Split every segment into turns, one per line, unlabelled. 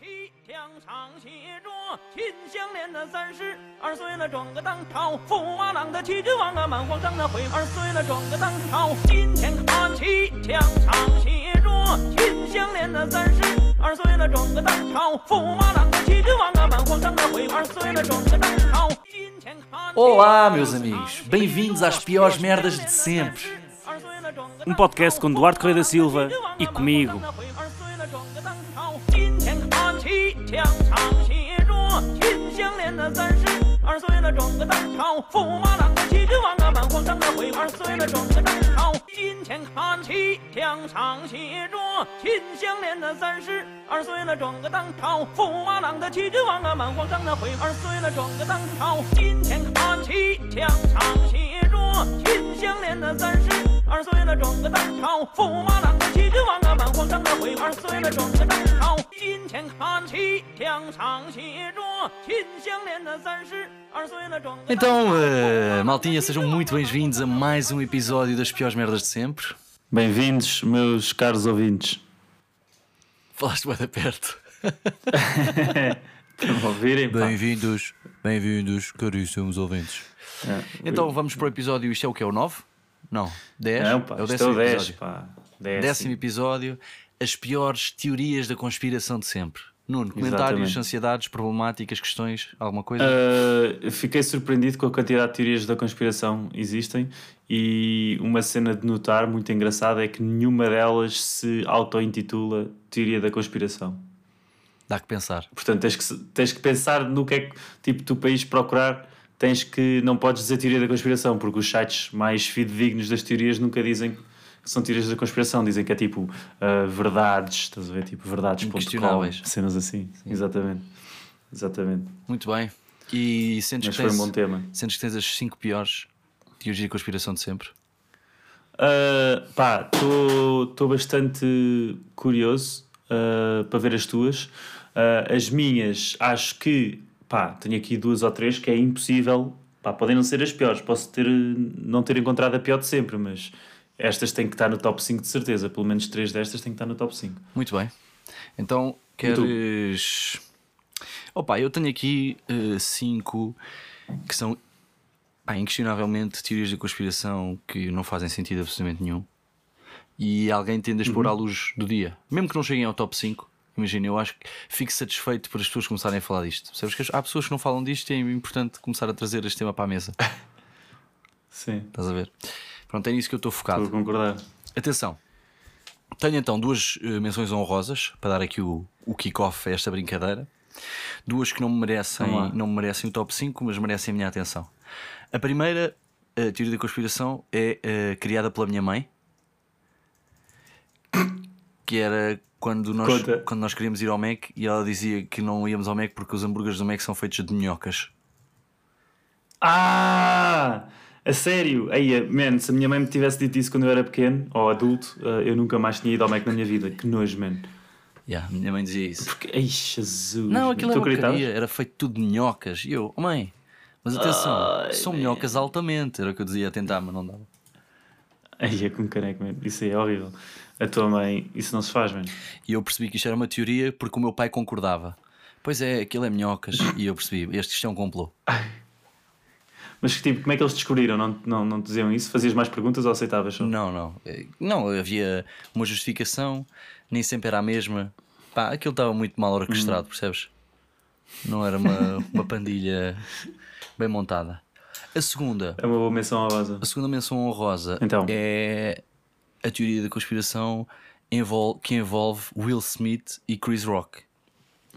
墙上写着秦香莲的三十二岁了，转个当朝驸马郎的齐君王啊，满皇上的悔二岁了，转个当朝。今天看齐墙上写着秦香莲的三十二岁了，转个当朝驸马郎的齐君王啊，满皇上的悔二岁了，转个当朝。今天看
Olá, meus amigos. Bem-vindos às piores merdas de sempre.
Um podcast com Duarte Correia da Silva e comigo.
啊
Então, eh, maltinha, sejam muito bem-vindos a mais um episódio das piores merdas de sempre.
Bem-vindos, meus caros ouvintes.
Falaste bem da perto.
Para me ouvirem, pá.
Bem-vindos, bem-vindos, caríssimos ouvintes. Então vamos para o episódio, isto é o que? É o 9? Não, 10?
Não, pá,
é o
isto é o É assim.
décimo episódio.
10, pá. Décimo.
Décimo episódio, as piores teorias da conspiração de sempre. Nuno, comentários,
Exatamente.
ansiedades, problemáticas, questões, alguma coisa?
Ah, fiquei surpreendido com a quantidade de teorias da conspiração que existem e uma cena de notar muito engraçada é que nenhuma delas se auto-intitula teoria da conspiração.
Dá que pensar.
Portanto, tens que, se- tens que pensar no que é que, tipo, tu país procurar, tens que, não podes dizer teoria da conspiração, porque os sites mais fidedignos das teorias nunca dizem que são teorias da conspiração, dizem que é tipo ah, verdades, estás a ver, tipo verdades.com,
Inquestionáveis.
cenas assim, exatamente, exatamente,
Muito bem. E sentes
mas
que
foi
tens,
um bom tema.
sentes que tens as 5 piores teorias de conspiração de sempre?
Uh, pá, estou bastante curioso uh, para ver as tuas. Uh, as minhas, acho que, pá, tenho aqui duas ou três que é impossível. Pá, podem não ser as piores, posso ter, não ter encontrado a pior de sempre, mas estas têm que estar no top 5 de certeza. Pelo menos três destas têm que estar no top 5.
Muito bem. Então, queres. Opa, eu tenho aqui 5 que são pá, inquestionavelmente teorias da conspiração que não fazem sentido absolutamente nenhum. E alguém tende a expor à luz do dia. Mesmo que não cheguem ao top 5, imagina, eu acho que fico satisfeito por as pessoas começarem a falar disto. Sabes que as- há pessoas que não falam disto e é importante começar a trazer este tema para a mesa.
Sim,
Estás a ver? Pronto, é nisso que eu estou focado.
estou a concordar.
Atenção. Tenho então duas eh, menções honrosas para dar aqui o, o kick-off a esta brincadeira. Duas que não me merecem,
Vamos lá.
não me merecem o top 5, mas merecem a minha atenção. A primeira, a teoria da conspiração, é eh, criada pela minha mãe, que era quando nós,
Conta.
quando nós queríamos ir ao Mac e ela dizia que não íamos ao Mac porque os hambúrgueres do Mac são feitos de minhocas.
Ah! A sério? Aí, eh, man, se a minha mãe me tivesse dito isso quando eu era pequeno ou adulto, uh, eu nunca mais tinha ido ao Mac na minha vida. Que nojo, man.
Yeah, a minha mãe dizia isso.
Porque, ai, Jesus.
Não, aquilo
tu
era
acreditavas?
porcaria, era feito tudo de minhocas. E eu, oh, mãe, mas atenção, são minhocas altamente. Era o que eu dizia a tentar, mas não dava.
Ai, é com caneco, mano. Isso aí é horrível. A tua mãe, isso não se faz, mano.
E eu percebi que isto era uma teoria porque o meu pai concordava. Pois é, aquilo é minhocas. E eu percebi, este isto é um complô.
Mas que tipo, como é que eles descobriram? Não, não, não te diziam isso? Fazias mais perguntas ou aceitavas? só?
Não, não. Eh, Não, havia uma justificação, nem sempre era a mesma. Pá, aquilo estava muito mal
Hum.
orquestrado, percebes? Não era uma, uma pandilha bem montada. A segunda,
É uma boa menção à base.
A segunda menção honrosa
Então.
é a teoria da conspiração envol- que envolve Will Smith e Chris Rock.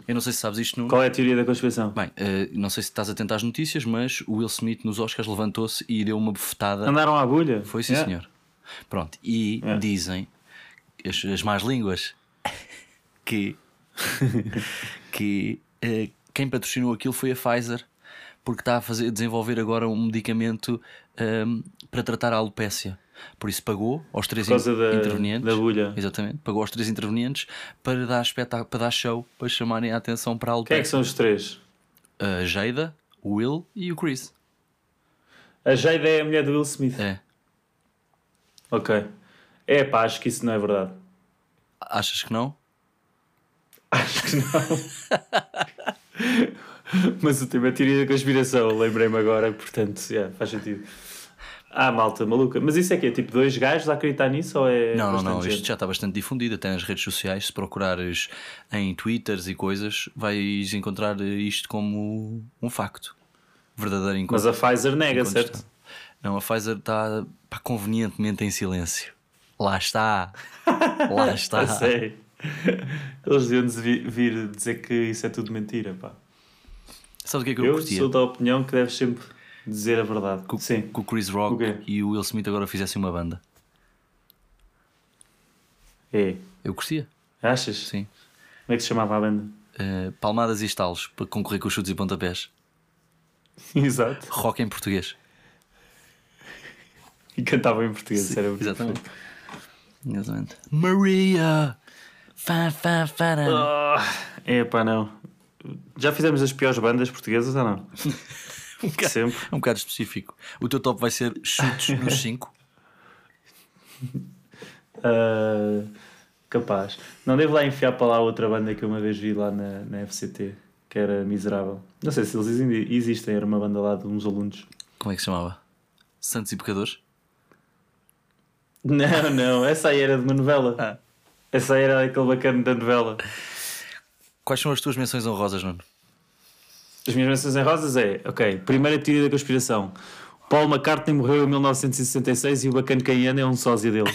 Eu não sei se sabes isto, Nuno.
Qual é a teoria da conspiração?
Bem, eh, não sei se estás atento às notícias, mas o Will Smith nos Oscars levantou-se e deu uma bufetada.
Andaram à agulha? É?
Foi sim,
Yeah.
senhor. Pronto, e
É.
dizem as, as más línguas que, que eh, quem patrocinou aquilo foi a Pfizer, porque está a fazer, desenvolver agora um medicamento ehm, para tratar a alopecia. Por isso pagou aos três
Por causa
in-
da-
intervenientes.
da bolha.
Exatamente. Pagou aos três intervenientes para dar espetáculo, para dar show, para chamarem a atenção para a
Quem é
alopecia.
que são os três?
A Jada, o Will e o Chris.
A Jada é a mulher do Will Smith.
É.
Ok. É pá, acho que isso não é verdade.
Achas que não?
Acho que não. Mas o tema é teoria da conspiração, lembrei-me agora, portanto, yeah, faz sentido. Ah, malta, maluca. Mas isso é que é tipo dois gajos a acreditar nisso ou é.
Não, não, não,
bastante
isto
gente?
já está bastante difundido, até nas redes sociais. Se procurares em twitters e coisas, vais encontrar isto como um facto. Verdadeiro
Mas
encontro.
a Pfizer nega, certo?
Não, a Pfizer está pá, convenientemente em silêncio. Lá está. Lá está.
Ah, sei. Eles deviam-nos vi- vir dizer que isso é tudo mentira, pá.
Sabes o que é que eu,
Eu
curtia?
sou da opinião que deves sempre dizer a verdade.
Que o-
Sim.
Que o Chris Rock
O quê?
e o Will Smith agora fizessem uma banda.
É.
Eu curtia,
Achas?
sim.
Como é que se chamava a banda?
Eh, palmadas e estalos para concorrer com os chutes e pontapés.
Exato.
Rock em português.
E cantava em português, era muito
Exatamente. Exatamente. Maria! Fá, fá, fá, rá.
Ah, é pá, não. Já fizemos as piores bandas portuguesas ou não? Sempre.
É um bocado específico. O teu top vai ser chutes nos 5.
Ah, capaz. Não devo lá enfiar para lá outra banda que eu uma vez vi lá na, na FCT, que era miserável. Não sei se eles ainda existem, era uma banda lá de uns alunos.
Como é que se chamava? Santos e Pecadores?
Não, não, essa aí era de uma novela.
Ah.
Essa aí era aquele bacana da novela.
Quais são as tuas menções honrosas, Nuno?
As minhas menções em rosas é, ok, primeira teoria da conspiração. Paul McCartney morreu em 1966 e o bacana quem anda é um sósia dele.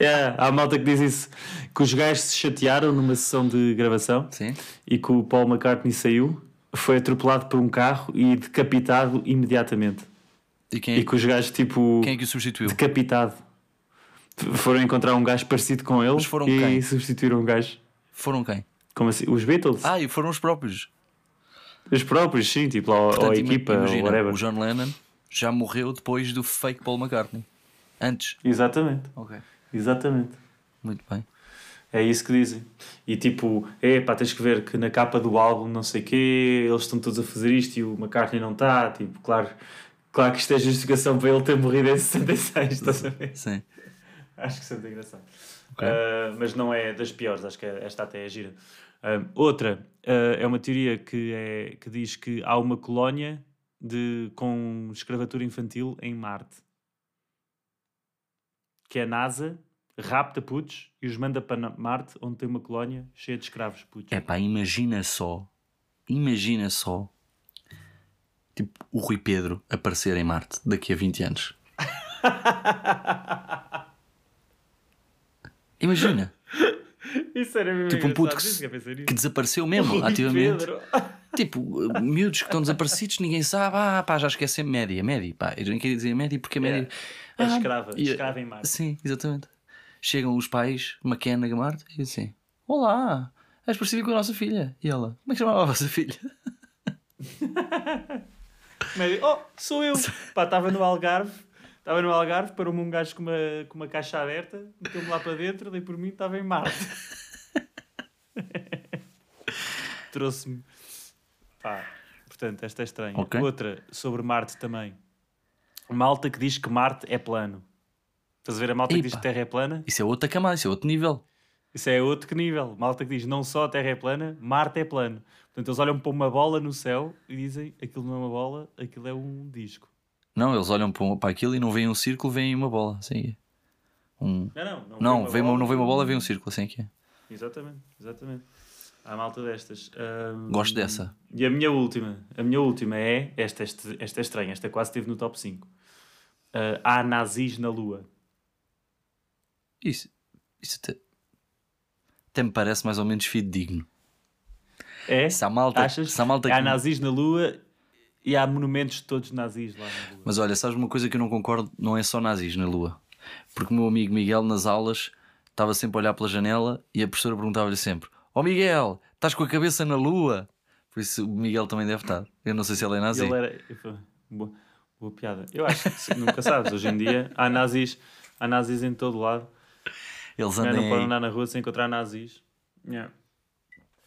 É, há malta que diz isso. Que os gajos se chatearam numa sessão de gravação
Sim.
e que o Paul McCartney saiu, foi atropelado por um carro e decapitado imediatamente.
E quem é,
E que os gajos, tipo,
quem é que o substituiu?
decapitado. Foram encontrar um gajo parecido com ele
Mas foram
e
quem?
substituíram um gajo.
Foram quem?
Como assim? Os Beatles?
Ah, e foram os próprios.
Os próprios, sim, tipo, lá, ou
Portanto,
a
ima-
equipa, ou
imagina,
whatever.
o John Lennon já morreu depois do fake Paul McCartney. Antes.
Exatamente,
Ok.
exatamente.
Muito bem.
É isso que dizem. E tipo, é pá, tens que ver que na capa do álbum, não sei quê, eles estão todos a fazer isto e o McCartney não está. Tipo, claro, claro que isto é justificação para ele ter morrido em 66, estás a ver?
Sim.
Acho que isso é muito engraçado.
Ok.
Ah, mas não é das piores, acho que esta até é gira. Ah, outra ah, é uma teoria que, é, que diz que há uma colónia de, com escravatura infantil em Marte. Que é a NASA rapta putos e os manda para na- Marte, onde tem uma colónia cheia de escravos putos.
É pá, imagina só. Imagina só. Tipo, o Rui Pedro aparecer em Marte daqui a 20 anos. Imagina.
Isso era mesmo
Tipo um puto
engraçado,
que, se-
nunca pensei nisso.
que desapareceu mesmo, ativamente.
Pedro.
Tipo, eh, miúdos que estão desaparecidos, ninguém sabe. Ah, pá, já esqueci a média, média, pá. Eu nem queria dizer média porque a média.
É
Ah,
escrava,
e-
escrava em Marte.
Sim, exatamente. Chegam os pais, McKenna e Marte, e assim: Olá, és parecida com a nossa filha. E ela: Como é que chamava a vossa filha?
Médio, oh, sou eu! Pá, estava no Algarve, estava no Algarve, parou-me um gajo com uma, com uma caixa aberta, meteu-me lá para dentro, dei por mim, estava em Marte. Trouxe-me. Pá, portanto, esta é estranha.
Ok.
Outra sobre Marte também. Malta que diz que Marte é plano. Estás a ver a malta que diz que
Epa.
Terra é plana?
Isso é outra camada, isso é outro nível.
Isso é outro que nível. Malta que diz não só a Terra é plana, Marte é plano. Portanto, eles olham para uma bola no céu e dizem aquilo não é uma bola, aquilo é um disco.
Não, eles olham para, um- para aquilo e não veem um círculo, veem uma bola. Assim é. Um...
Não, não. Não,
Não, vê uma, não veem uma bola, veem um círculo. Assim é que é.
Exatamente, exatamente. Há malta destas. Ahm,
Gosto dessa.
E a minha última, a minha última é, esta, esta, esta é estranha, esta quase esteve no top 5. Ah, há nazis na Lua.
Isso, isso até, até me parece mais ou menos fidedigno.
É?
Se há malta-
Achas?
se há malta que-
nazis na Lua e há monumentos de todos nazis lá na Lua.
Mas olha, sabes uma coisa que eu não concordo? Não é só nazis na Lua. Porque o meu amigo Miguel, nas aulas, estava sempre a olhar pela janela e a professora perguntava-lhe sempre: Ó Miguel, estás com a cabeça na Lua? Por isso o Miguel também deve estar. Eu não sei se ele é nazi.
Ele era. eu falei, Boa, boa piada. Eu acho que se- nunca sabes. Hoje em dia há nazis, há nazis em todo lado.
Eles
Não,
andam
não podem
aí.
andar na rua sem encontrar nazis. Yeah.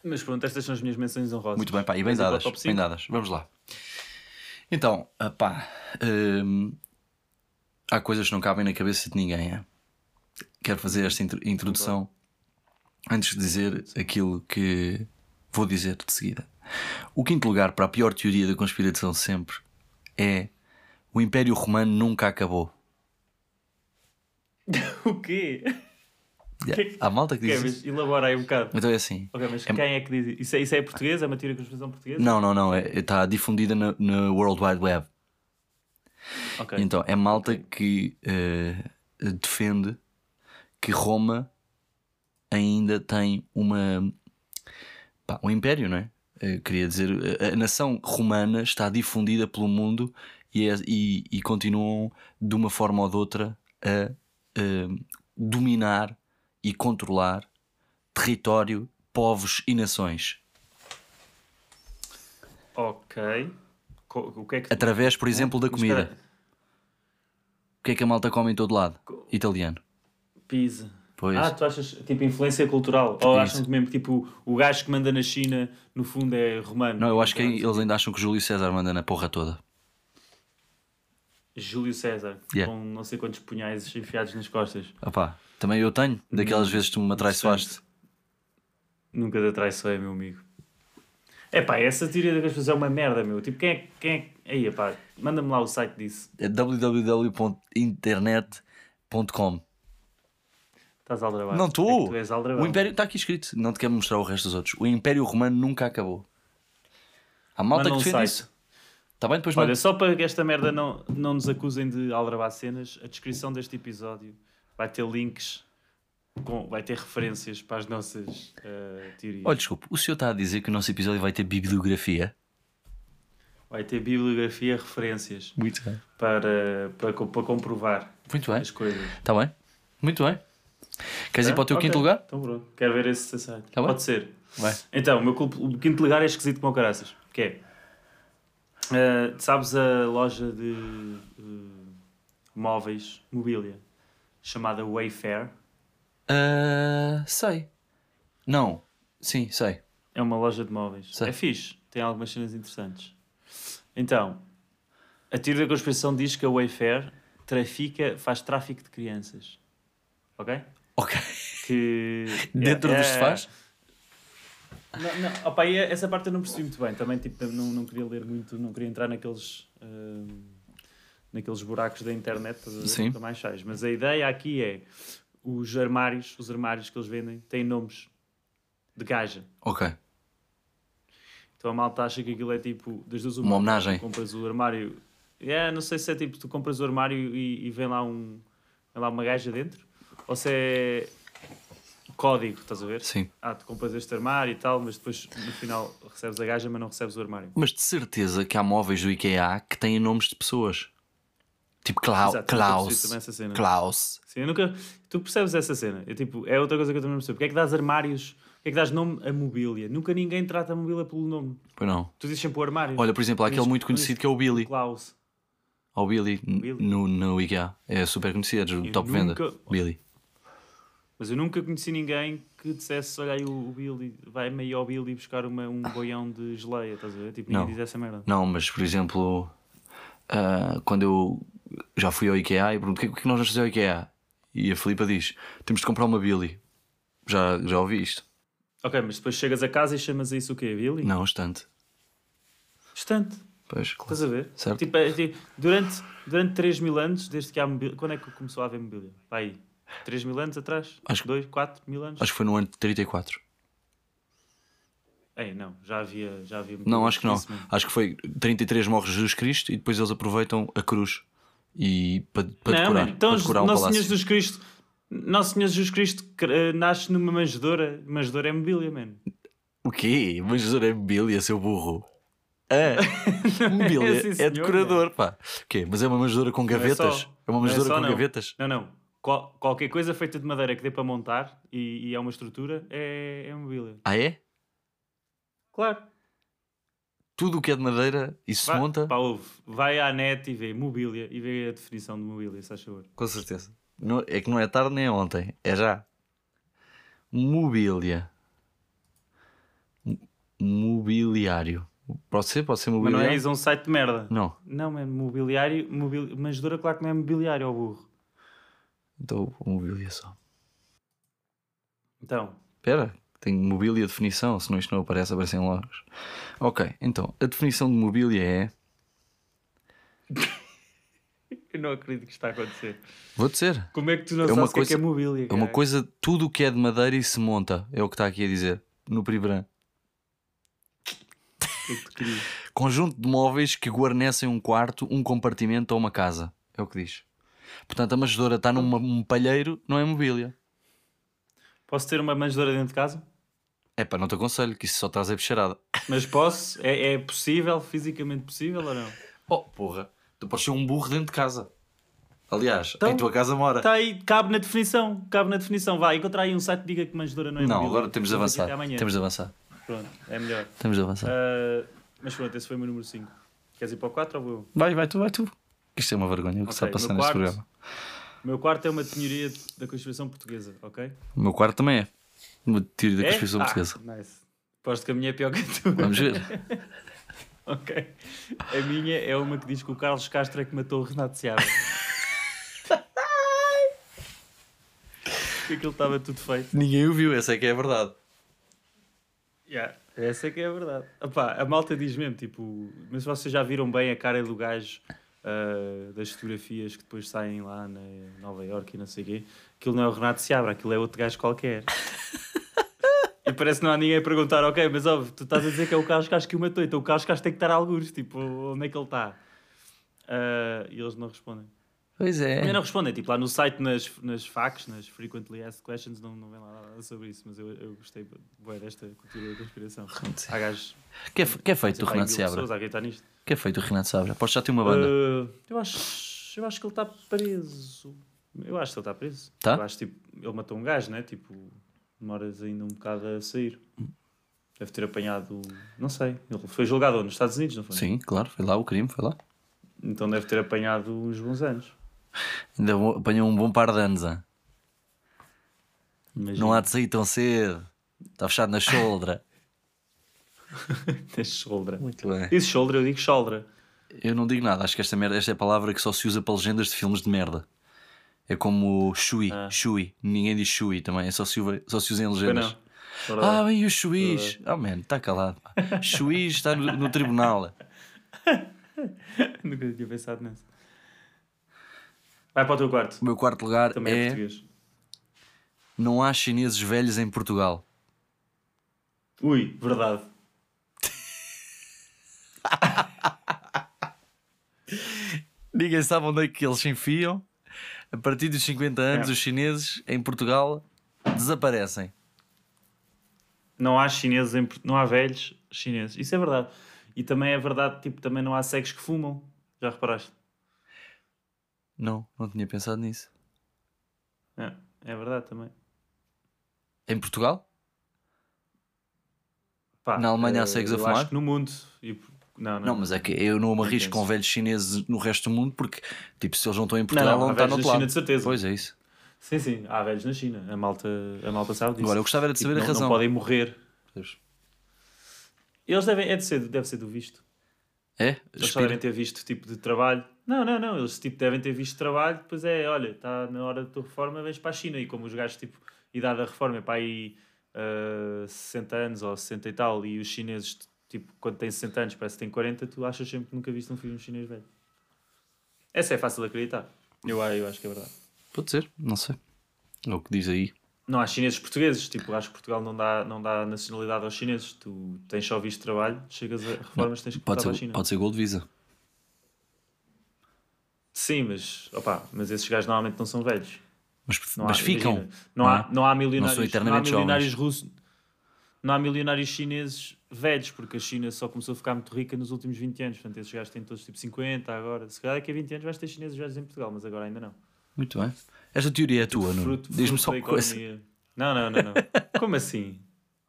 Mas pronto, estas são as minhas menções honrosas.
Muito bem, pá, e bem
Queres ir para o
dadas,
top cinco?
bem dadas. Vamos lá. Então, ah, pá, hum, há coisas que não cabem na cabeça de ninguém. é? Quero fazer esta intro- introdução antes de dizer aquilo que vou dizer de seguida. O quinto lugar para a pior teoria da conspiração de sempre é o Império Romano nunca acabou.
o quê?
Yeah. Há malta que
Ok,
diz isso.
mas elabora aí um bocado.
Então é assim.
Ok, mas
É-
quem é que diz isso? Isso é, isso é português? É uma teoria de conspiração portuguesa?
Não, não, não. é- Está difundida na, na World Wide Web.
Ok.
Então é malta que eh, defende que Roma ainda tem uma. pá, um império, não é? Eh, queria dizer, eh, a nação romana está difundida pelo mundo e, é- e- e continuam de uma forma ou de outra a eh, dominar e controlar território, povos e nações.
Ok. Co- o que é que...
Através, por exemplo, da
Mas
comida.
espera.
O que é que a malta come em todo lado? Italiano.
Pizza.
Pois.
Ah, tu achas tipo influência cultural? Ou
Isso.
acham que mesmo tipo o gajo que manda na China no fundo é romano?
Não, eu acho que eles ainda acham que Júlio César manda na porra toda.
Júlio César,
Yeah.
com não sei quantos punhais enfiados nas costas.
Opá, também eu tenho. Daquelas
Hum,
vezes que tu me atraiçoaste.
Nunca te traiçoei, meu amigo. É pá, essa teoria da conspiração é uma merda, meu. Tipo, quem é que. Quem é... que- Aí, pá, manda-me lá o site disso.
É www.internet.com.
Estás aldrabado.
Não
É que
estou!
tu és aldrabado.
o Império está aqui escrito. Não te quero mostrar o resto dos outros. O Império Romano nunca acabou. Há malta
Manda
é
um
que defende
site.
isso. Está bem, depois
Olha,
manda.
só para que esta merda não, não nos acusem de aldrabar cenas, a descrição deste episódio vai ter links, com, vai ter referências para as nossas eh, teorias.
Olha, desculpe, o senhor está a dizer que o nosso episódio vai ter bibliografia?
Vai ter bibliografia, referências
Muito bem.
para, para, co- para comprovar
Muito bem.
as coisas.
Está bem? Muito bem. Queres ir para o teu
Ok,
quinto lugar?
Então pronto, quero ver esse site.
Tá bem.
Pode ser.
Vai.
Então, o meu culpo- o quinto lugar é esquisito como o caraças. Que é. eh, sabes a loja de eh, móveis, mobília, chamada Wayfair?
Ah, sei. Não. Sim, sei.
É uma loja de móveis.
Sei.
É fixe, tem algumas cenas interessantes. Então, a teoria da conspiração diz que a Wayfair trafica, faz tráfico de crianças. Ok?
Ok.
Que
Dentro
é-
dos
é-
sofás?
Não, não, opa, e essa parte eu não percebi muito bem. Também tipo, não, não queria ler muito, não queria entrar naqueles, hum, naqueles buracos da internet, estás a ver?
Sim.
Nunca mais sais. Mas a ideia aqui é os armários, os armários que eles vendem têm nomes de gaja.
Ok.
Então a malta acha que aquilo é tipo, das duas
Uma homenagem.
Tu compras o armário. É, não sei se é tipo, tu compras o armário e, e vem lá um vem lá uma gaja dentro, ou se é código, estás a ver?
Sim.
Ah, tu compras este armário e tal, mas depois no final recebes a gaja, mas não recebes o armário.
Mas de certeza que há móveis do IKEA que têm nomes de pessoas. Tipo Clau
Exato, eu percebi
Klaus.
também essa cena.
Klaus.
Sim, eu nunca. Tu percebes essa cena? É, tipo, é outra coisa que eu também não percebo. Porquê é que dás armários? Porquê é que dás nome a mobília? Nunca ninguém trata a mobília pelo nome.
Pois não.
Tu dizes sempre o armário.
Olha, por exemplo, há aquele
Mas-
muito conhecido que é o Billy.
Klaus.
Ao Billy, n-
Billy.
No, no IKEA. É super conhecido, é do
Eu
top
nunca-
venda. Billy.
Mas eu nunca conheci ninguém que dissesse: Olha aí o, o Billy, vai-me aí ao Billy buscar uma, um boião de geleia, estás a ver? Tipo, ninguém
Não.
diz essa merda.
Não, mas por exemplo, ah, quando eu já fui ao IKEA e pergunto o que, o que é que nós vamos fazer ao IKEA? E a Filipa diz: temos de comprar uma Billy. Já, já ouvi isto?
Ok, mas depois chegas a casa e chamas a isso o quê? Billy?
Não, estante.
Estante,
Pois,
estás a ver?
Certo.
Tipo, é, tipo, durante, durante 3 mil anos, desde que há mobília. Quando é que começou a haver mobília? Vai aí. 3 mil anos atrás?
Acho que-
2, 4 mil anos?
Acho que foi no ano de 34.
Ei, não, já havia. Já havia
Não,
mobília.
acho que não.
Isso mesmo.
Acho que foi 33 morre Jesus Cristo e depois eles aproveitam a cruz e para, para
não,
decorar,
mano, então
para decorar um
Nosso
palácio.
Senhor Jesus Cristo. Nosso Senhor Jesus Cristo eh, nasce numa manjedoura. Manjedoura é mobília, mano.
O quê? Mas Jesus é mobília, seu burro. Ah, mobília
sim,
é
senhor,
decorador, pá. O quê? Mas é uma manjedoura com
Não
gavetas?
só-
é uma
não
manjedoura
só
com
não.
gavetas?
Não, não. Qual- qualquer coisa feita de madeira que dê para montar e, e é uma estrutura é, é mobília.
Ah, é?
Claro.
Tudo o que é de madeira, isso se
Vai,
monta?
Pá, ouve. Vai à net e vê mobília e vê a definição de mobília, se faz favor.
Com certeza. Não- é que não é tarde nem é ontem, é já. Mobília. M- Mobiliário. Pode ser? Pode ser
Mas não é
mobiliário?
isso, é um site de merda.
não.
Não, mano, mobiliário, mobil... manjedoura, claro que não é mobiliário, ó burro.
é Então, um mobília só.
Então,
Espera, tenho mobília definição, senão isto não aparece, aparecem lojas. Ok, então, a definição de mobília é.
Eu não acredito que isto está a acontecer.
Vou dizer.
Como é que tu não
É uma
sabes o que é
coisa-
que é mobília?
É uma
caralho?
coisa, tudo o que é de madeira e se monta, é o que está aqui a dizer, no Pribran.
Eu te queria.
Conjunto de móveis que guarnecem um quarto, um compartimento ou uma casa. É o que diz. Portanto, a manjedoura está num num palheiro, não é mobília.
Posso ter uma manjedoura dentro de casa?
É pá, não te aconselho, que isso só traz a bicharada.
Mas posso? É, é possível? Fisicamente possível ou não?
Oh, porra, tu podes ser um burro dentro de casa. Aliás,
Então-
em tua casa mora.
Está aí, cabe na definição. Cabe na definição. Vá, encontrar aí um site que diga que manjedoura não é
Não,
mobília.
agora temos de
Vamos aqui
avançar.
até amanhã.
Temos de avançar.
Pronto, é melhor.
Temos de avançar.
Ah, mas pronto, esse foi o meu número 5. Queres ir para o 4 ou vou eu?
Vai, vai tu, vai tu. Isto é uma vergonha o que
Ok,
está a passar
meu
neste
quarto.
programa.
O meu quarto é uma tinhoria da Constituição Portuguesa, ok?
O meu quarto também é. Uma tiro da
É?
Constituição
Ah,
Portuguesa.
Nice. Aposto que a minha é pior que a tua.
Vamos ver.
Ok. A minha é uma que diz que o Carlos Castro é que matou o Renato Seabra. que aquilo estava tudo feito.
Ninguém o viu, essa é que é a verdade.
Yeah, Essa é que é a verdade. Opá, a malta diz mesmo, tipo... Mas vocês já viram bem a cara do gajo ah, das fotografias que depois saem lá na Nova Iorque e não sei o quê. Aquilo não é o Renato Seabra, aquilo é outro gajo qualquer. E parece que não há ninguém a perguntar, ok, mas óbvio, tu estás a dizer que é o Carlos Castro que o matou, então o Carlos Castro tem que estar a alguns, tipo, onde é que ele está? Ah, e eles não respondem.
Pois
Também
é.
não respondem, tipo, lá no site, nas, nas facts, nas Frequently Asked Questions, não, não vem lá nada sobre isso, mas eu, eu gostei bué, desta cultura da conspiração.
Seabra.
Há gajos...
Que é, fe- que é feito
sei
o
lá,
Renato
mil
Seabra?
pessoas a acreditar nisto.
Que é feito o Renato Seabra? Podes já ter uma banda.
Ah, eu, acho, eu acho que ele está preso. Eu acho que ele está preso.
Tá?
Eu acho, tipo, ele matou um gajo, né? Tipo, demoras ainda um bocado a sair. Deve ter apanhado... Não sei. Ele foi julgado onde? nos Estados Unidos, não foi?
Sim, claro, foi lá o crime, foi lá.
Então deve ter apanhado uns bons anos.
Ainda vou- apanhou um bom par de anos. hã?
Imagina.
Não há de sair tão cedo. Está fechado na shoulder.
Na shoulder.
Muito bem.
Diz shoulder, eu digo shoulder.
Eu não digo nada, acho que esta, merda, esta é a palavra que só se usa para legendas de filmes de merda. É como Shui,
Ah.
Shui. Ninguém diz Shui também, é só se, uva- só se usa em
Foi
legendas.
não. Verdade.
Ah, bem, e o juiz? Ah, man, está calado. pá. Juiz está no, no tribunal. Ah,
Nunca tinha pensado nessa. Vai para o teu quarto.
O meu quarto lugar
Também é,
é,
português.
Não há chineses velhos em Portugal.
Ui, verdade.
Ninguém sabe onde é que eles se enfiam. A partir dos 50 anos,
É.
os chineses em Portugal desaparecem.
Não há chineses em Port- não há velhos chineses. Isso é verdade. E também é verdade, tipo, também não há cegos que fumam. Já reparaste?
Não, não tinha pensado nisso.
É, é verdade também.
Em Portugal?
Pá,
Na Alemanha há
eh,
cegos a
eu
fumar?
Acho que no mundo. E por- Não, não.
Não, mas é que eu não me arrisco
penso.
com velhos chineses no resto do mundo porque, tipo, se eles não estão em
não,
Portugal,
há
vão estar
velhos
no outro
na
lado.
China, de certeza.
Pois é isso.
Sim, sim. Há velhos na China. A malta, a malta sabe disso.
Agora, eu gostava era de
Tipo,
saber a
não-
razão.
Não podem morrer. Eles devem, é de ser, deve ser do visto.
É?
Eles só
Espírito.
devem ter visto tipo de trabalho. Não, não, não. Eles tipo, devem ter visto trabalho. Pois é, olha, está na hora da tua reforma, vens para a China. E como os gajos, tipo, idade da reforma é para aí ah, 60 anos ou 60 e tal. E os chineses, tipo, quando têm 60 anos, parece que têm 40. Tu achas sempre que nunca viste um filme chinês velho. Essa é fácil de acreditar. Eu, eu acho que é verdade.
Pode ser, não sei. É o que diz aí.
Não há chineses portugueses. Tipo, acho que Portugal não dá, não dá nacionalidade aos chineses. Tu tens só visto trabalho, chegas a reformas, tens que
Pode
voltar para a
ser,
China.
pode ser Gold Visa.
Sim, mas, opá, mas esses gajos normalmente não são velhos.
Mas,
Não há-
mas ficam. é?
imagina, não, há, não há milionários,
Não são
não há
eternamente
milionários russos. Não há milionários chineses velhos, porque a China só começou a ficar muito rica nos últimos 20 anos. Portanto, esses gajos têm todos tipo 50 agora. Se calhar daqui a 20 anos vais ter chineses velhos em Portugal, mas agora ainda não.
Muito bem. Esta teoria é tua, Nuno.
Fruto-
Diz-me
fruto
só
da
uma coisa.
economia. Não, não, não, não. Como assim?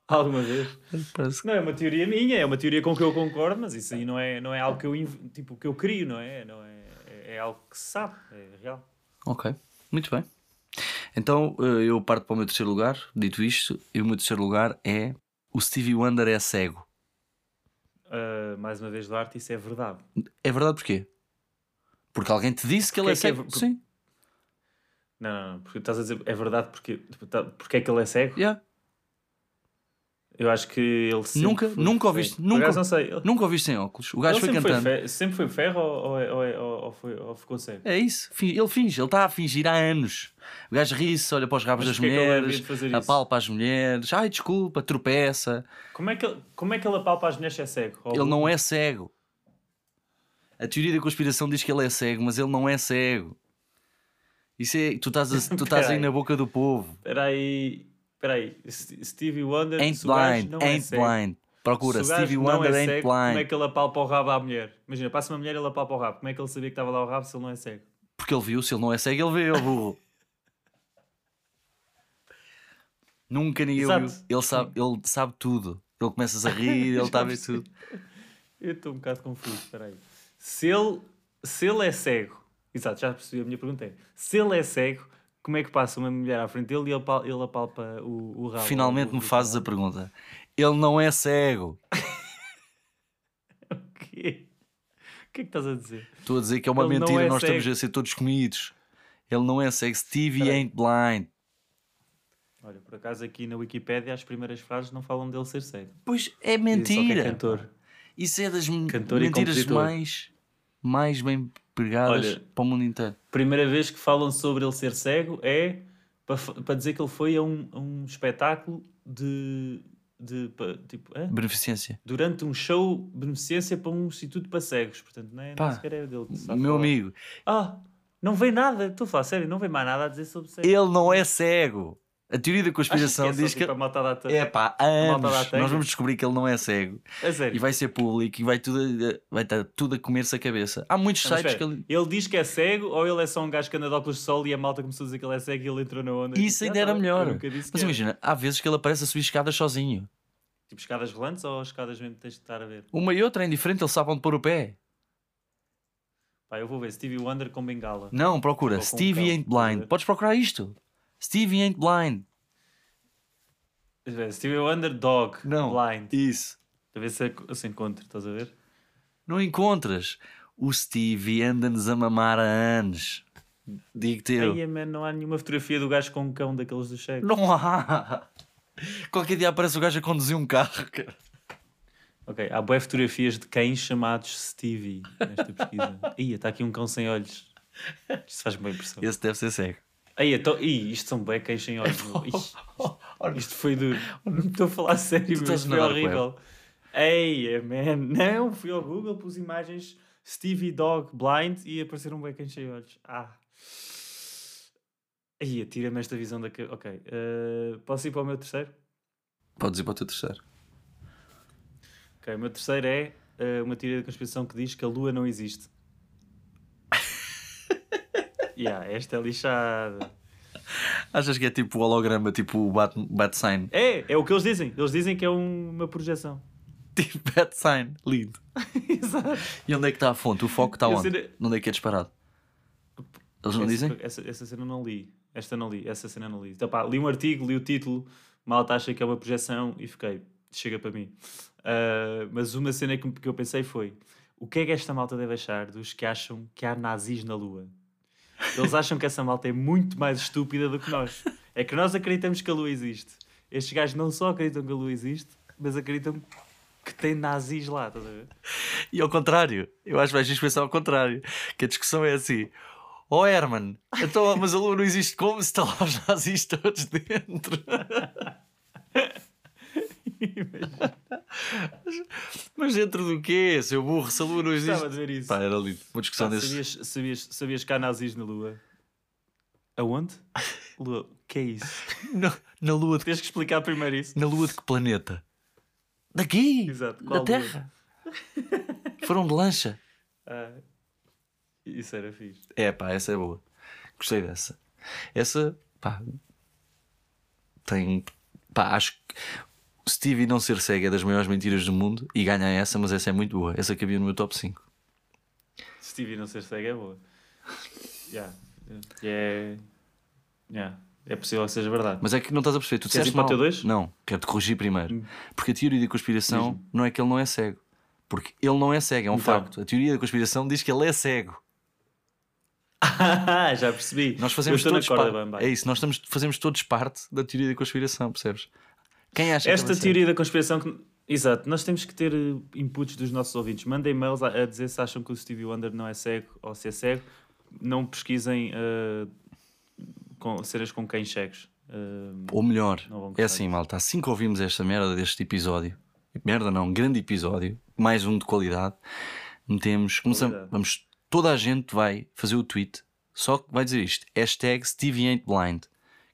Alguma vez?
Parece que-
Não é uma teoria minha, é uma teoria com que eu concordo, mas isso aí não é, não é algo que eu, inv- tipo, que eu crio, não é? Não é, é, é algo que se sabe, é real.
Ok, muito bem. Então eh, eu parto para o meu terceiro lugar. Dito isto, e o meu terceiro lugar é o Stevie Wonder é cego.
Ah, mais uma vez, Duarte, isso é verdade.
É verdade porquê? Porque alguém te disse que ele é,
Porque é que é
cego.
ver-
Sim,
Não, não, não, porque estás a dizer é verdade porque, tipo, tá- porque é que ele é cego?
yeah.
Eu acho que ele sempre
Nunca,
foi
nunca
feio.
ouviste-
Por
nunca-
acaso não sei. Ele,
Nunca ouviste sem óculos. O gajo
ele
foi
sempre,
cantando.
foi fe- sempre foi ferro ou, é, ou, ou, ou foi- ou ficou cego?
É isso, fi- ele finge, ele está a fingir há anos. O gajo ri-se, olha para os rabos
Mas
das
porquê é que ele havia
mulheres,
de fazer isso?
apalpa as mulheres, ai desculpa, tropeça.
Como é que ele, como é que ele apalpa as mulheres se é cego? Ou-
Ele não é cego. A teoria da conspiração diz que ele é cego, mas ele não é cego. Isso é, tu estás, a- tu estás aí
Peraí.
na boca do povo.
Espera aí, espera aí. S- Stevie Wonder,
Ain't
se o gajo
blind,
não é
ain't
cego,
blind. Procura,
se o gajo
Stevie
não
Wonder
é
ain't
cego, Como é
blind.
que ele apalpa o rabo à mulher? Imagina, passa uma mulher e ele apalpa o rabo. Como é que ele sabia que estava lá o rabo se ele não é cego?
Porque ele viu, se ele não é cego, ele vê, ó burro. Nunca ninguém
Exato.
ouviu. Ele sabe, ele sabe tudo. Ele começas a rir, ele está a ver tudo.
Eu estou um bocado confuso, espera aí. Se ele, se ele é cego, exato, já percebi a minha pergunta. é, Se ele é cego, como é que passa uma mulher à frente dele e ele, apal- ele apalpa o, o rabo?
Finalmente
O-
me
o-
fazes a pergunta. Ele não é cego.
O quê? O que é que estás a dizer?
Estou a dizer que é uma
Ele não
mentira,
é
nós estamos
cego.
a ser todos comidos. Ele não é cego. Stevie
Espera aí.
ain't blind.
Olha, por acaso aqui na Wikipédia as primeiras frases não falam dele ser cego.
Pois é
Diz só que é
mentira.
cantor.
Isso é das men-
Cantor e
mentiras
compositor.
mais, mais bem pregadas
Olha.
para o mundo inteiro.
Primeira vez que falam sobre ele ser cego é para, fa- para dizer que ele foi a um, a um espetáculo de. de pa- tipo, hã?
Beneficência.
durante um show de beneficência para um instituto para cegos. Portanto, não é,
Pá,
nem sequer é dele. que se sabe
Meu
falar.
amigo,
Ah, não vem nada. Estou a falar sério, não vem mais nada a dizer sobre cegos.
ele não é cego. A teoria da conspiração
Achas que é só,
diz que.
tipo, a malta dá ta-
É pá, há
malta
anos
lá tem.
nós vamos descobrir que ele não é cego.
A
E
sério.
vai ser público e vai, tudo a- vai estar tudo a comer-se a cabeça. Há muitos
Não, Ah, mas
sites que ele.
espera, Ele diz que é cego ou ele é só um gajo que anda de óculos de sol e a malta começou a dizer que ele é cego e ele entrou na onda.
Isso
Ah,
ainda
tá
era
bem,
melhor.
eu nunca disse
Mas
que era.
imagina, há vezes que ele aparece a subir escadas sozinho.
Tipo escadas rolantes ou escadas mesmo que tens de estar a ver?
Uma e outra é indiferente, ele sabe onde pôr o pé.
Pá, eu vou ver Stevie Wonder com bengala.
Não, procura.
Ou com um
Stevie
cão,
Ain't
estás a
Blind.
ver?
Podes procurar isto. Stevie Ain't Blind.
Stevie Wonder dog,
Não.
blind.
Isso.
Para ver se eu se encontro, estás a ver?
Não encontras. O Stevie anda-nos a mamar há anos. Digo-te eu.
Aí, man, não há nenhuma fotografia do gajo com um cão daqueles do cheque.
Não há. Qualquer dia aparece o gajo a conduzir um carro. cara.
Ok, há boas fotografias de cães chamados Stevie nesta pesquisa. Ih, está aqui um cão sem olhos. Isto faz-me boa impressão.
Esse deve ser cego.
Aí, então, ih, isto são bem cães sem olhos. meu. Ih, isto foi duro. Estou a falar sério, meu,
estás
isto foi
na dark
horrível. Ei, é, man, não, fui ao Google, pus imagens Stevie Dog Blind e apareceram bem cães sem olhos. Ah. Aí, tira-me esta visão da... ca- Ok, eh, posso ir para o meu terceiro?
Podes ir para o teu terceiro.
Ok, o meu terceiro é eh, uma teoria da conspiração que diz que a Lua não existe. yeah, esta é lixada.
Achas que é tipo o holograma, tipo o bat, bat sign?
É, é o que eles dizem. Eles dizem que é um- uma projeção.
Tipo bat sign. Lindo.
Exato.
E onde é que está a fonte? O foco está
Eu
onde?
sei-
Onde é que é disparado? Eles não
Essa-
dizem?
Essa, essa cena não li. Esta não li. Essa cena não li. Então, pá, li um artigo, li o título, malta acha que é uma projeção e fiquei, chega para mim. Ah, mas uma cena que, que eu pensei foi: o que é que esta malta deve achar dos que acham que há nazis na Lua? Eles acham que essa malta é muito mais estúpida do que nós. É que nós acreditamos que a Lua existe. Estes gajos não só acreditam que a Lua existe, mas acreditam que tem nazis lá, estás a ver?
E ao contrário, eu acho que vais pensar ao contrário, que a discussão é assim. Oh Herman, então, mas a lua não existe como se estão lá os nazis todos dentro. mas, mas dentro do quê, seu burro? Se a lua não
Estava a
existe.
dizer isso. Ah,
Pá, era lindo. Uma discussão
Pá,
desse.
sabias, sabias, sabias que há nazis na Lua? Aonde? Lua, o que é isso?
Na, na lua de,
Tens que explicar primeiro isso.
na lua de que planeta? Daqui?
Exato, qual
Da
lua?
Terra? Foram de lancha?
Ah, isso era fixe.
É, pá, essa é boa. Gostei dessa. Essa, pá, tem. Pá, acho que Stevie não ser cego é das maiores mentiras do mundo e ganha essa, mas essa é muito boa. Essa cabia no meu top 5.
Stevie não ser cego é boa. Yeah. É. Yeah. É possível que seja verdade.
Mas é que não estás a perceber. Tu
Queres
disseste
ir para o
mal.
teu dois? Hum.
Não, quero-te corrigir primeiro. Porque a teoria da conspiração não é que ele não é cego. Porque ele não é cego, é um
Então.
facto. A teoria da conspiração diz que ele é cego.
Ah, já percebi.
Nós fazemos
Eu estou
todos É
na corda
parte.
bamba.
É isso, nós estamos, fazemos todos parte da teoria da conspiração, percebes? Quem acha que
Esta
vai ser?
teoria da conspiração que. Exato, nós temos que ter eh, inputs dos nossos ouvintes. Mandem e-mails a, a dizer se acham que o Stevie Wonder não é cego ou se é cego. Não pesquisem eh, com, cenas com quem cegos. Eh,
Ou melhor,
Não vão gostar
é assim,
disso.
malta. Assim que ouvimos esta merda deste episódio, merda não, um grande episódio, mais um de qualidade, metemos, começamos,
Qualidade.
vamos, toda a gente vai fazer o tweet, só que vai dizer isto: hashtag Stevie Ain't Blind.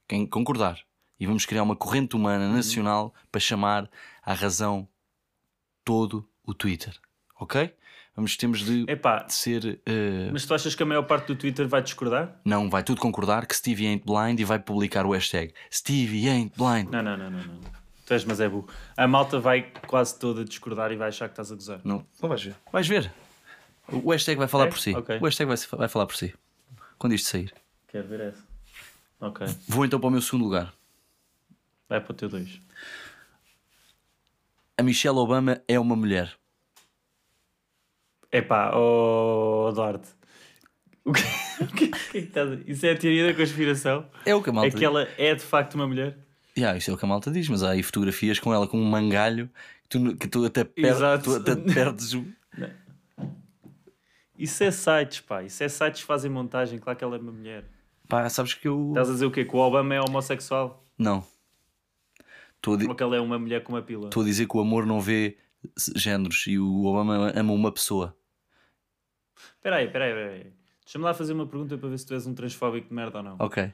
Quem concordar. E vamos criar uma corrente
Uhum.
humana nacional para chamar à razão todo o Twitter. Ok? Vamos, temos de,
Epá,
de ser. eh,
mas tu achas que a maior parte do Twitter vai discordar?
Não, vai tudo concordar que Stevie Ain't Blind e vai publicar o hashtag Stevie Ain't Blind.
Não, não, não, não. não. Tu és, mas é burro. A malta vai quase toda discordar e vai achar que estás a gozar.
Não. vais ver. Vais ver. O hashtag vai falar
É?
por si.
Ok.
O hashtag vai, vai falar por si. Quando isto sair.
Quero ver essa. Ok,
Vou então para o meu segundo lugar.
vai para o teu 2.
A Michelle Obama é uma mulher.
Epá, oh, Duarte. O que, o que- o que é que estás a- Isso é a teoria da conspiração?
É o que a malta
É que ela é de facto uma mulher?
diz. Yeah, isso é o que a malta diz, mas há aí fotografias com ela com um mangalho que tu, que tu até, per-
Exato.
tu até perdes o.
Isso é sites, pá. Isso é sites que fazem montagem. Claro que ela é uma mulher.
Pá, sabes que eu.
Estás a dizer o quê? Que o Obama é homossexual?
Não. Estou a, di-
Ou que ela é uma mulher com uma pila?
estou a dizer que o amor não vê s- géneros e o Obama ama uma pessoa.
Espera aí, espera aí, espera aí. Deixa-me lá fazer uma pergunta para ver se tu és um transfóbico de merda ou não.
Ok.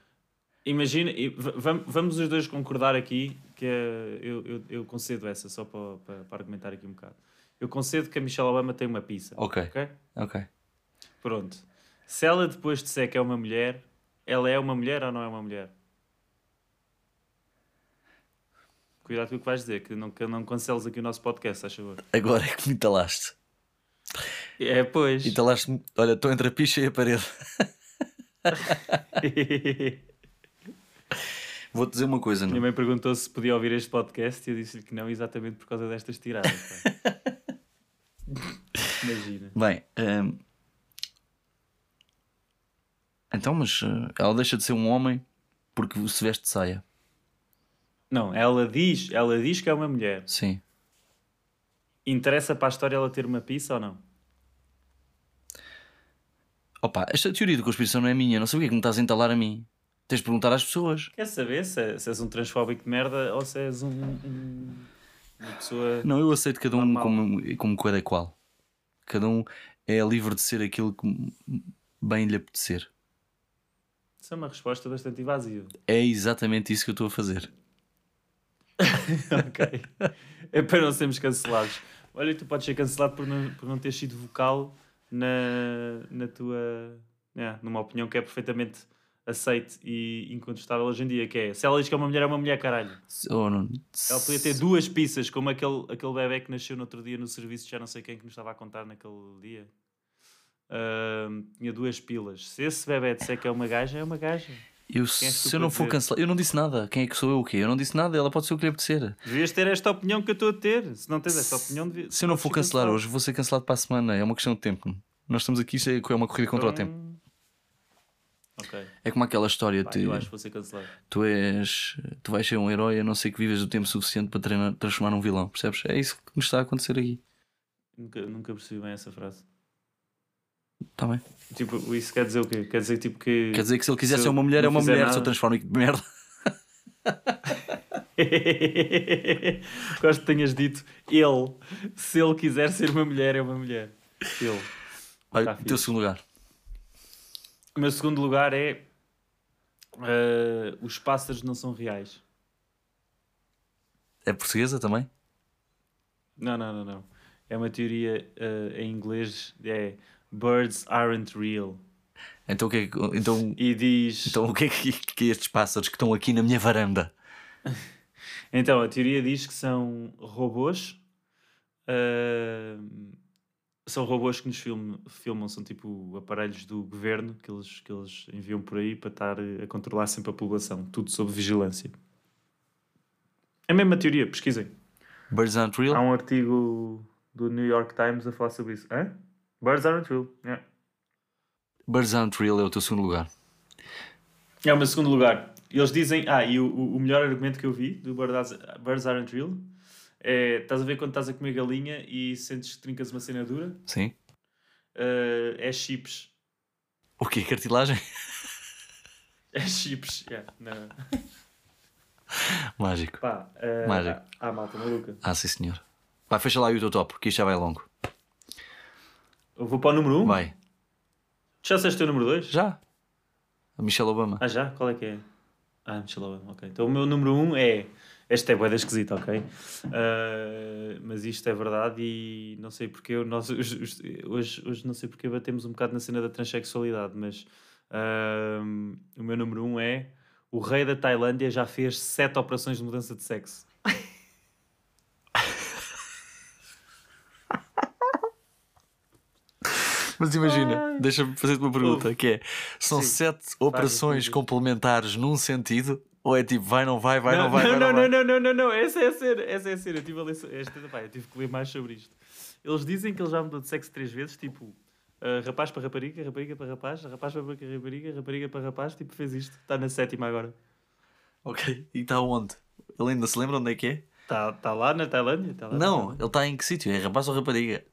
Imagina, e va- vam- vamos os dois concordar aqui, que eh, eu, eu, eu concedo essa, só para, para, para argumentar aqui um bocado. Eu concedo que a Michelle Obama tem uma pizza.
Ok.
ok?
Ok.
Pronto. Se ela depois disser que é uma mulher, ela é uma mulher ou não é uma mulher? Cuidado com o que vais dizer, que não, que não canceles aqui o nosso podcast, faz favor.
Agora é que me talaste.
É, pois.
E talaste-me. Olha, estou entre a picha e a parede. Vou-te dizer uma coisa, não.
Minha mãe perguntou se podia ouvir este podcast e eu disse-lhe que não, exatamente por causa destas tiradas. pá. Imagina.
Bem, hum, então, mas uh, ela deixa de ser um homem porque se veste de saia.
Não, ela diz, ela diz que é uma mulher.
Sim.
Interessa para a história ela ter uma pizza ou não?
Opa, esta teoria de conspiração não é minha, não sei porque é que me estás a entalar a mim. Tens de perguntar às pessoas.
Quer saber se, é- se és um transfóbico de merda ou se és um, um- uma pessoa.
Não, eu aceito cada um
Normal.
como, como cada qual. Cada um é livre de ser aquilo que bem lhe apetecer.
Isso é uma resposta bastante invasiva.
É exatamente isso que eu estou a fazer.
ok. É para não sermos cancelados. Olha, tu podes ser cancelado por não, por não ter sido vocal na, na tua. é, numa opinião que é perfeitamente aceite e incontestável hoje em dia, que é se ela diz que é uma mulher, é uma mulher, caralho.
Se- Ou Oh, não,
Ela podia ter duas pizzas, como aquele, aquele bebé que nasceu no outro dia no serviço, já não sei quem que nos estava a contar naquele dia. Ahm, tinha duas pilas. Se esse bebé disser que é uma gaja, é uma gaja.
eu,
Quem és
se
tu
eu
para
não for
dizer?
cancelar, eu não disse nada. Quem é que sou eu? O quê? Eu não disse nada. Ela pode ser o que lhe apetecer.
Devias ter esta opinião que eu estou a ter. Se não tens esta opinião, devia-
Se eu não
podes
for
ser
cancelar
cancelado.
hoje, vou ser cancelado para a semana. É uma questão de tempo. Nós estamos aqui, isto é é uma corrida contra o tempo.
Então- Ok.
É como aquela história
Pá,
de
eu acho que vou ser cancelado.
tu és. Tu vais ser um herói a não ser que vivas o tempo suficiente para treinar- transformar num vilão, percebes? É isso que nos está a acontecer aqui.
Nunca, nunca percebi bem essa frase.
Está Tá bem?
Tipo, isso quer dizer o quê? Quer dizer tipo que.
Quer dizer que se ele quiser
Se
ser
eu
uma mulher, é
não
uma
fizer
mulher, se eu
nada. Tá
transformo em que merda.
Gosto que tenhas dito ele. Se ele quiser ser uma mulher, é uma mulher. Ele.
Olha,
fixe.
teu segundo lugar.
O meu segundo lugar é. eh, os pássaros não são reais.
É portuguesa também?
Não, não, não, não. É uma teoria eh, em inglês. É. Birds aren't real.
Então o que é que. Então,
E diz.
então o que é que, que estes pássaros que estão aqui na minha varanda?
Então, a teoria diz que são robôs. ahm, são robôs que nos filme- filmam, são tipo aparelhos do governo que eles, que eles enviam por aí para estar eh, a controlar sempre a população, tudo sob vigilância. É a mesma teoria, pesquisem.
Birds aren't
Há
real?
um artigo do New York Times a falar sobre isso. Hã? Birds aren't real. Yeah.
Birds aren't real é o teu segundo lugar.
É o meu segundo lugar. Eles dizem, ah, e o, o melhor argumento que eu vi do Birds, Birds Aren't Real é: estás a ver quando estás a comer galinha e sentes que trincas uma cena dura?
Sim.
Eh, é chips.
O quê? Cartilagem?
É chips. Yeah, não.
Mágico.
Pá, eh,
Mágico.
Ah, malta maluca.
Ah, sim, senhor. Vai, fecha lá aí o teu top, que isto já vai longo.
Eu vou para o número 1. Um.
Vai.
Já disseste o número 2?
Já. A Michelle Obama.
Ah, já? Qual é que é? Ah, Michelle Obama, ok. Então o meu número 1 um é. Esta é boeda esquisita, ok? Ah, mas isto é verdade e não sei porque eu- nós os- os- hoje, hoje não sei porque batemos um bocado na cena da transexualidade, mas ah, o meu número 1 um é o rei da Tailândia já fez sete operações de mudança de sexo.
Mas imagina, deixa-me fazer-te uma pergunta, que é, são
Sim.
sete operações
sim, sim.
complementares num sentido? Ou é tipo, vai, não vai, vai, não, vai,
não,
vai,
não,
não, vai?
não, não, não, não, essa é a cena, essa é a cena. Eu tive, a ler so- esta, pá, eu tive que ler mais sobre isto. Eles dizem que ele já mudou de sexo três vezes, tipo, ah, rapaz para rapariga, rapariga para rapaz, rapaz para rapariga, rapariga para rapaz, tipo, fez isto. Está na sétima agora.
Ok, e está onde? Ele ainda se lembra onde é que é?
Está tá lá na Tailândia? Tá lá na
Não,
Tailândia.
ele está em que sítio? É rapaz ou rapariga?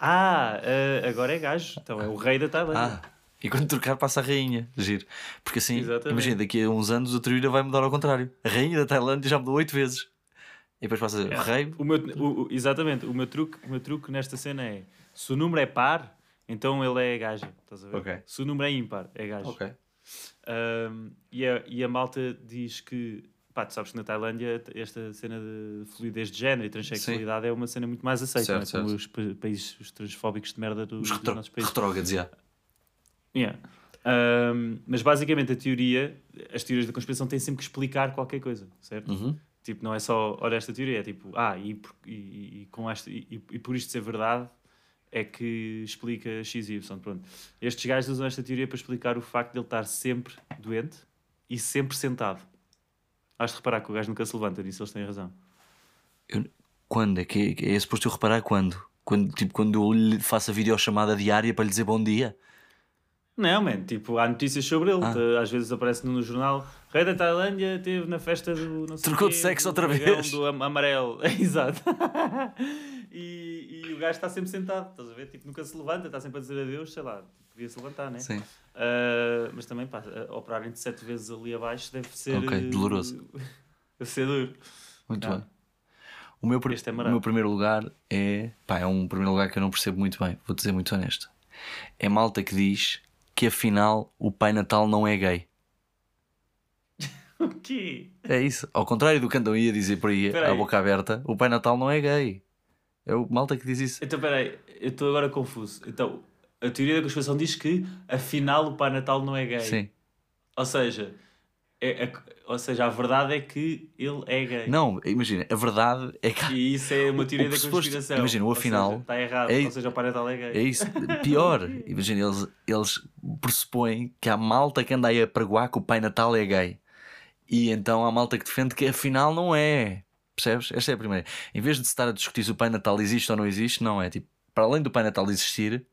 Ah, ah, agora é gajo. Então é o rei da Tailândia.
Ah, e quando trocar passa a rainha, giro. Porque assim,
Exatamente.
imagina, daqui a uns anos o trilho vai mudar ao contrário. A rainha da Tailândia já mudou oito vezes. E depois passa Ah,
É.
o rei,
O meu, o- o- exatamente, o meu, truque, o meu truque nesta cena é, se o número é par, então ele é gajo. Estás a ver?
Ok.
Se o número é ímpar, é gajo.
Ok.
Um, e, a, e a malta diz que, pá, tu sabes que na Tailândia esta cena de fluidez de género e transexualidade é uma cena muito mais aceita,
Certo,
não é? como
certo.
os pa- países os transfóbicos de merda do,
Os
dos
retro-
nossos países.
retrógrados, já.
Yeah. Um, mas basicamente a teoria, as teorias da conspiração têm sempre que explicar qualquer coisa, certo?
Uhum.
Tipo, não é só, olha esta teoria, é tipo, ah, e por, e- e, e com esta, e, e- e por isto ser verdade é que explica X e Y, pronto. Estes gajos usam esta teoria para explicar o facto de ele estar sempre doente e sempre sentado. Hás de reparar que o gajo nunca se levanta, nisso eles têm razão.
Eu- quando? É, que, é suposto eu reparar quando? quando? Tipo, quando eu lhe faço a videochamada diária para lhe dizer bom dia?
Não, man, tipo, há notícias sobre ele,
Ah.
de- às vezes aparece no jornal, rei da Tailândia esteve na festa do... Não sei
Trocou de
quê,
sexo
do
outra
dragão,
vez.
Do am- amarelo, exato. e, e o gajo está sempre sentado, estás a ver? Tipo, nunca se levanta, está sempre a dizer adeus, sei lá, podia se levantar, né?
Sim.
Uh, mas também, pá, uh, operarem-te sete vezes ali abaixo deve ser.
Ok,
uh,
doloroso.
Deve ser duro.
Muito
Ah.
bem. O meu, pr-
Este é
o
marado.
meu primeiro lugar é. Pá, é um primeiro lugar que eu não percebo muito bem, vou dizer muito honesto. É malta que diz que afinal o Pai Natal não é gay.
O quê?
É isso. Ao contrário do que andam aí a dizer por aí,
Espera
à
aí.
boca aberta, o Pai Natal não é gay. É o malta que diz isso.
Então, peraí, eu estou agora confuso. Então, a teoria da conspiração diz que, afinal, o Pai Natal não é gay.
Sim.
Ou seja, é- é- ou seja, a verdade é que ele é gay.
Não, imagina, a verdade é que.
E isso é uma teoria
o
da
pressuposto-
conspiração.
imagina, o
Ou seja,
afinal
Está errado.
é-
Ou seja, o Pai Natal é gay.
É isso. Pior, imagina, eles, eles pressupõem que há malta que anda aí a pregoar que o Pai Natal é gay. E então há malta que defende que afinal não é. Percebes? Esta é a primeira. Em vez de se estar a discutir se o Pai Natal existe ou não existe, não é. Tipo, para além do Pai Natal existir,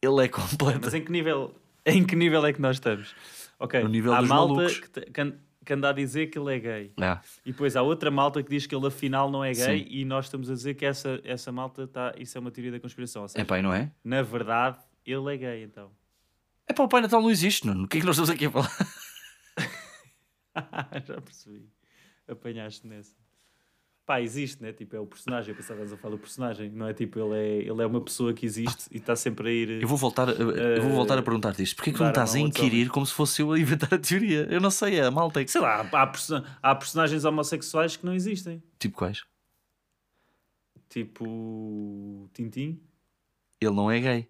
ele é completo.
Mas em que nível, em que nível é que nós estamos? Ok,
No nível
há
dos
malta
malucos.
que, te- que an- que anda a dizer que ele é gay.
Ah,
E depois há outra malta que diz que ele afinal não é gay
Sim.
e nós estamos a dizer que essa, essa malta está. Isso é uma teoria da conspiração. Ou
é
seja,
pai, não é?
na verdade, ele é gay então.
É para o Pai Natal não existe, Nuno. O que é que nós estamos aqui a falar?
Já percebi. Apanhaste nessa. Pá, existe, né? Tipo, é o personagem. Eu pensava que estavas a falar do personagem, não é? Tipo, ele é, ele é uma pessoa que existe e está sempre a ir.
Eu vou voltar a, eu vou voltar a perguntar-te isto. Porquê é que tu
dar
não
a
estás a
mão a todos.
inquirir como se fosse eu a inventar a teoria? Eu não sei, é a malta. que-
Sei lá, há, há perso- há personagens homossexuais que não existem.
Tipo quais?
Tipo. Tintim.
Ele não é gay.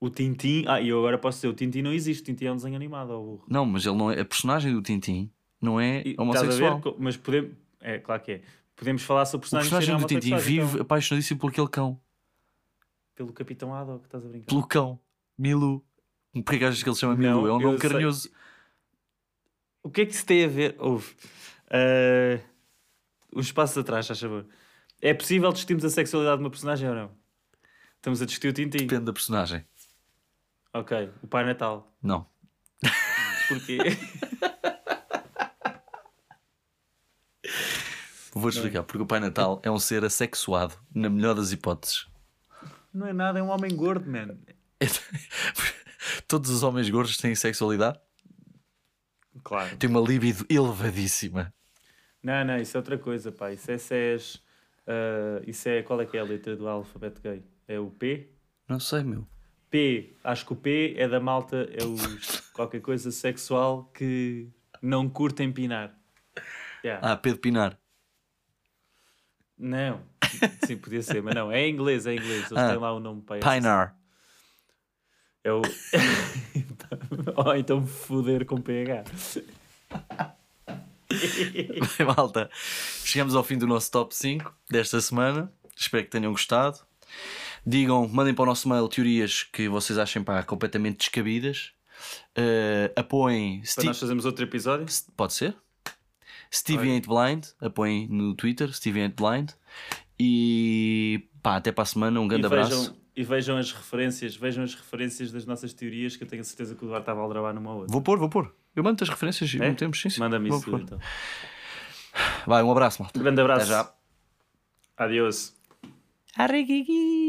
O Tintim. Ah, e eu agora posso dizer: o Tintim não existe. O Tintim é um desenho animado, ó burro.
Não, mas ele não é. A personagem do Tintim não é
E, estás a
homossexual.
ver? Co- Mas podemos. É, claro que é. Podemos falar sobre
O
personagens
personagem do
que
Tintim
serem
vive
homossexuais, então.
apaixonadíssimo por aquele cão.
Pelo Capitão Haddock, estás a brincar.
Pelo cão. Milu. Porquê que achas que ele se chama
Não,
Milu? É um
eu
nome
sei.
carinhoso.
O que é que se tem a ver? Ouve. Ah, uns passos atrás, faz favor. É possível discutirmos a sexualidade de uma personagem ou não? Estamos a discutir o Tintim.
Depende da personagem.
Ok, o Pai Natal.
Não.
Porquê? é.
Vou-te explicar, porque o Pai Natal é um ser assexuado, na melhor das hipóteses.
Não é nada, é um homem gordo, man.
Todos os homens gordos têm sexualidade,
Claro.
têm uma libido elevadíssima.
Não, não, isso é outra coisa, pá. Isso é SES. ah, isso é. Qual é que é a letra do alfabeto gay? É o P?
Não sei, meu.
P. Acho que o P é da malta, é o qualquer coisa sexual que não curta empinar. Yeah.
Ah, Pedro Pinar.
Não. Sim, podia ser, mas não. É em inglês, é em inglês. Eles
Ah.
têm lá o nome para
Pinar.
É o. oh, então foder com PH.
Bem, malta, chegamos ao fim do nosso top 5 desta semana. Espero que tenham gostado. Digam, mandem para o nosso mail teorias que vocês achem pá, completamente descabidas. Eh, apoiem
Para
Steve.
nós fazermos outro episódio?
S- Pode ser? Stevie Ain't Blind, apoiem no Twitter, Stevie Ain't Blind. E pá, até para a semana, um grande
e
abraço.
Vejam, e vejam as referências, vejam as referências das nossas teorias que eu tenho a certeza que o Duarte estava a gravar numa outra.
Vou pôr, vou pôr. Eu mando as referências e
É?
metemos, sim, sim.
Manda-me
Vou
isso
pôr.
então.
Vai, um abraço, malta.
Grande
Até
abraço.
já.
Adeus.
Arrigui.